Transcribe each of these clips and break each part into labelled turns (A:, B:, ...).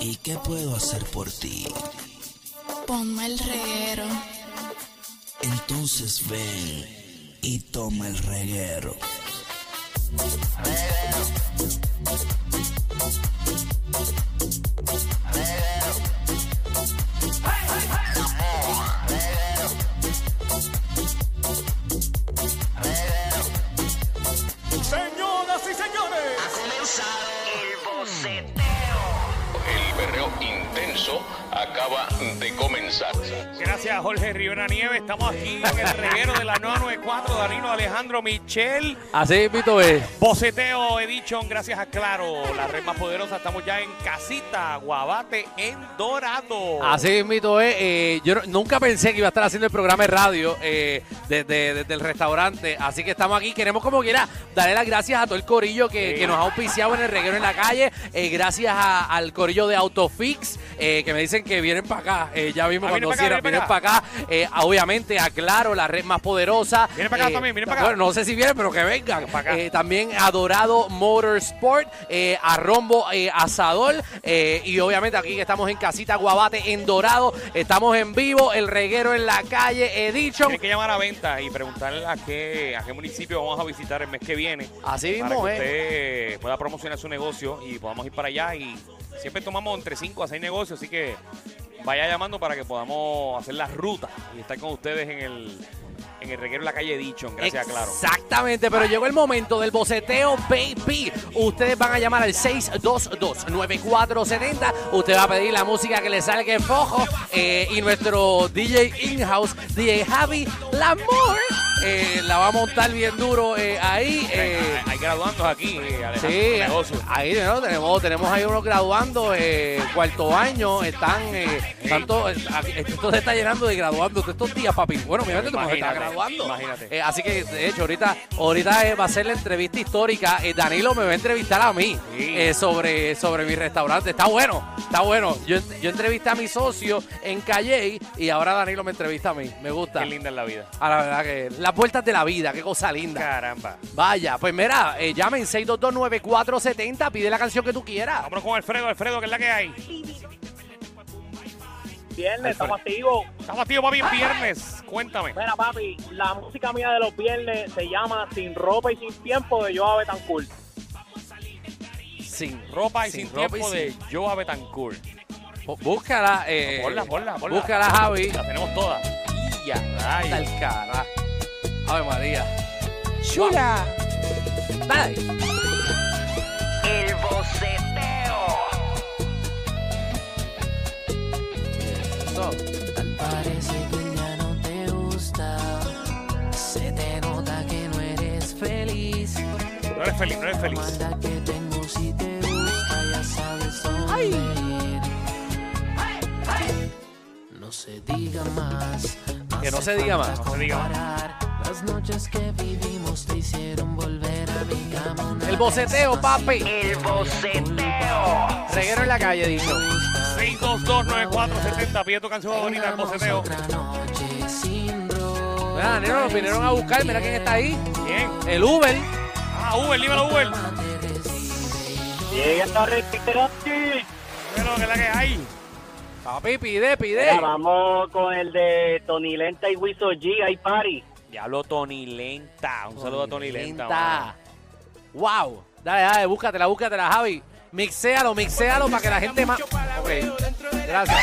A: ¿Y qué puedo hacer por ti?
B: Ponme el reguero.
A: Entonces ven y toma el reguero.
C: Señoras y señores,
D: El berreo intenso acaba de comenzar.
C: gracias Jorge Rivera Nieves, estamos aquí en el reguero de la 994, Danilo Alejandro Michel,
E: Así Pito es.
C: Boceteo Edition, gracias a Claro, la red más poderosa, estamos ya en Casita, Guabate, en Dorado.
E: Así Mito es. Eh, yo no- nunca pensé que iba a estar haciendo el programa de radio eh, desde, desde el restaurante. Así que estamos aquí. Queremos como quiera darle las gracias a todo el corillo que,
C: Sí.
E: que nos ha auspiciado en el reguero en la calle. Eh, gracias a- al corillo de Autofix eh, que me dicen que vienen para acá. Eh, ya vimos
C: Ah, vienen
E: cuando
C: pa' acá,
E: cierran,
C: vienen
E: vienen
C: pa'
E: para acá. Eh, a- obviamente a Claro, la red más poderosa.
C: Vienen pa' acá
E: Eh,
C: también, vienen pa' acá.
E: Bueno, no sé si vienen, pero que vengan.
C: Pa' acá.
E: Eh, también a Dorado Motorsport, eh, a Rombo eh, Asador eh, y obviamente aquí que estamos en Casita Guabate en Dorado, estamos en vivo, el reguero en la calle, Edition.
C: Tienes que llamar a venta y preguntarle a qué, a qué municipio vamos a visitar el mes que viene.
E: Así
C: para
E: mismo ¿eh?
C: que
E: es.
C: usted pueda promocionar su negocio y podamos ir para allá. Y siempre tomamos entre 5 a 6 negocios, así que vaya llamando para que podamos hacer la ruta y estar con ustedes en el, en el reguero de la calle Edition. Gracias, claro.
E: Exactamente, pero llegó el momento del boceteo, baby. Ustedes van a llamar al 622-9470. Usted va a pedir la música que le salga en fojo. eh, y nuestro DJ in-house, DJ Javi Lamor, eh, la va a montar bien duro eh, ahí. eh,
C: hay, hay graduandos aquí, eh, Alejandro,
E: Sí, ah,
C: con negocios.
E: ahí ¿no? tenemos, tenemos ahí unos graduando, eh, cuarto año, están, eh, tanto, eh, aquí- esto se está llenando de graduando de estos días, papi. Bueno, obviamente tu mujer está
C: Imagínate,
E: graduando.
C: imagínate.
E: Eh, así que, de hecho, ahorita, ahorita eh, va a ser la entrevista histórica. Eh, Danilo me va a entrevistar a mí
C: Sí.
E: eh, sobre, sobre mi restaurante. Está bueno, está bueno. Yo, en- yo entrevisté a mi socio en Calle y ahora Danilo me entrevista a mí. Me gusta.
C: Qué linda es la vida.
E: A la verdad que las vueltas de la vida, qué cosa linda.
C: Caramba.
E: Vaya, pues mira, eh, llamen 6229470, pide la canción que tú quieras.
C: Vámonos con Alfredo, Alfredo, que es la que hay.
F: Viernes, estamos activos.
C: Estamos tío papi en viernes. Cuéntame.
F: Mira, papi, la música mía de los viernes se llama Sin ropa y sin tiempo de Joa Betancourt.
E: Sin
C: Ropa y sin,
E: ropa
C: tiempo
E: y
C: de
E: sin-
C: Joa Betancourt.
E: Bú- Búscala, eh.
C: Ponla, ponla, ponla.
E: Búscala, Javi.
C: La tenemos todas.
E: Ya,
C: Ay.
E: tal cara. Ave María. Chula. Dale. Eso.
G: Parece que ya no te gusta. Se te nota que no eres feliz.
C: No eres feliz, no eres feliz.
G: Manda que tengo si te gusta, ya sabes dónde ir. No se diga más.
E: Que no
G: hace
E: se diga
G: falta
E: más,
C: no se diga más.
G: comparar. Las noches que vivimos te hicieron volver a mi cama. una
E: El boceteo,
G: vez
E: papi.
G: más. Culpa,
E: Reguero en la calle, dijo.
C: 6229470, pide tu canción favorita al
G: Tengamos
C: boceteo.
G: otra noche sin ropa
E: Mira, Danilo, nos vinieron a buscar. Mira quién está ahí.
C: Bien.
E: El Uber.
C: Ah, Uber, dímelo, Uber.
G: te decide.
F: Llega esta restaurante.
C: Pero que es la que hay.
E: Papi, pide, pide.
F: Mira, Vamos con el de Tony Lenta y Wiso G, hay party.
C: Diablo, Tony Lenta. Un saludo a Tony Lenta. mano.
E: Wow. Dale, dale, búscatela, búscatela, Javi. Mixéalo, mixéalo para que la gente más. Ok. Gracias.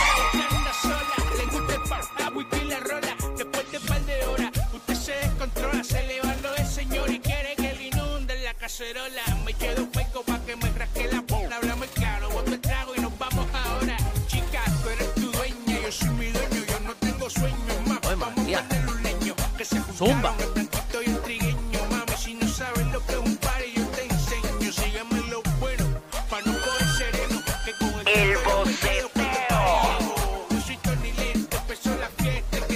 E: Ay, María. Zumba.
H: El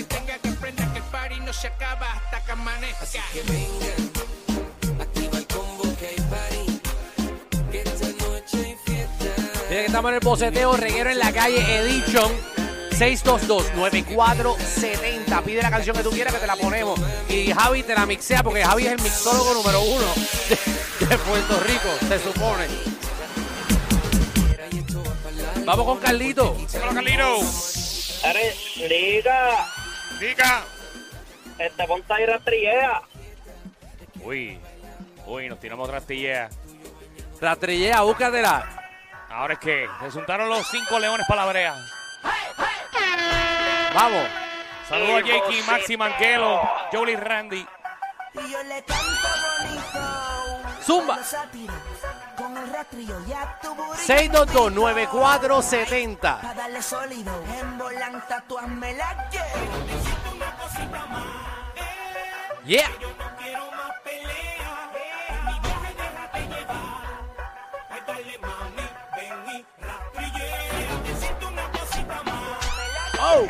H: boceteo. No se acaba hasta que amanezca.
E: Mira que estamos en el boceteo, reguero en la calle Edition. 622-9470. Pide la canción que tú quieras que te la ponemos. Y Javi te la mixea porque Javi es el mixólogo número uno de, de Puerto Rico, se supone. Vamos con Carlito.
C: Dímelo, Carlino.
F: Liga,
C: Diga.
F: este ponte ahí rastrillea.
C: Uy, uy, nos tiramos otra astillea.
E: Rastrillea, búscatela.
C: Ahora es que se juntaron los cinco leones para la brea.
E: Vamos.
C: Saludos a Jakey, Maxi Manquelo, Jolie Randy.
I: Y yo le canto bonito.
E: Zumba.
I: Con los sátiros, Con el rastrillo ya tu burrito.
E: 622-9470.
I: Pa' darle sólido. En volanta tú hazme la que.
E: Yeah. Oh.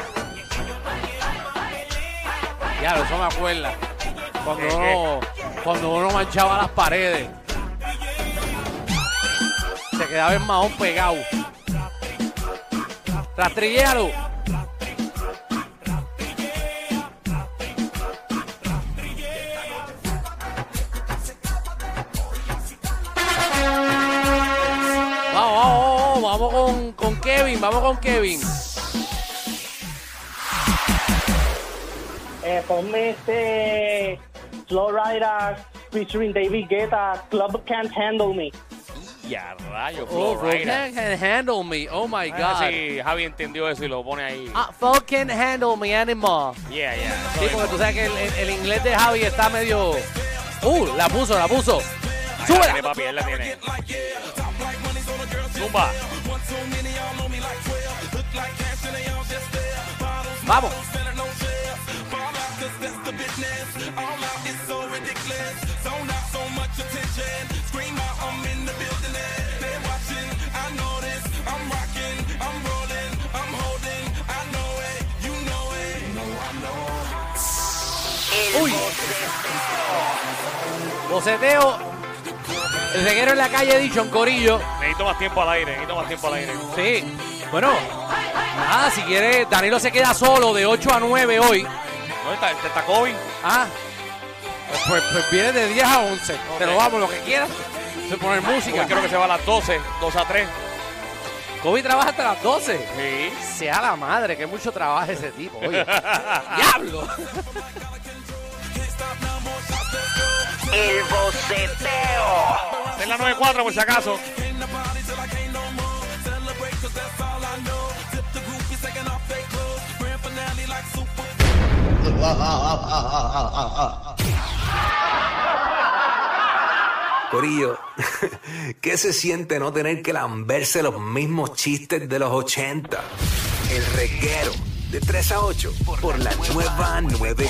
E: Ya, eso me acuerda. Cuando uno, cuando uno manchaba las paredes. Se quedaba el mahón pegado. Rastrillero. Vamos, vamos, oh, vamos, vamos con, con Kevin, vamos con Kevin.
F: Eh, ponme este Slow Rider featuring David Guetta, Club Can't Handle Me.
C: Y a rayos,
E: Oh,
C: Flo Rida.
E: Folk can handle me. Oh my
C: Ah,
E: God.
C: sí, Javi entendió eso y lo pone ahí.
E: Ah, folk can handle me anymore.
C: Yeah, yeah.
E: Sí, porque tú sabes que el, el- el inglés de Javi está medio. Uh, la puso, la puso.
C: Ahí la tiene,
E: ¡Súbela!
C: papi, él la tiene. Zumba.
E: Vamos. Uy. Boceteo. El reguero en la calle Edition, Corillo.
C: Necesito más tiempo al aire, necesito más tiempo al aire.
E: Sí, bueno, nada, si quiere, Danilo se queda solo de 8 a 9 hoy.
C: ¿Dónde está? ¿Te está COVID?
E: Ah, pues, pues viene de 10 a 11. Te lo
C: Ok.
E: vamos, lo que quieras. Se poner
C: Yo
E: música.
C: creo que se va a las 12, 2 a 3.
E: Kobe trabaja hasta las 12.
C: Sí.
E: Sea la madre, que mucho trabaja ese tipo, oye. ¡Diablo!
I: El boceteo.
C: Esta es la 9-4 por si acaso.
J: Corillo, ¿qué se siente no tener que lamberse los mismos chistes de los 80? El reguero de 3 a 8 por la nueva 9.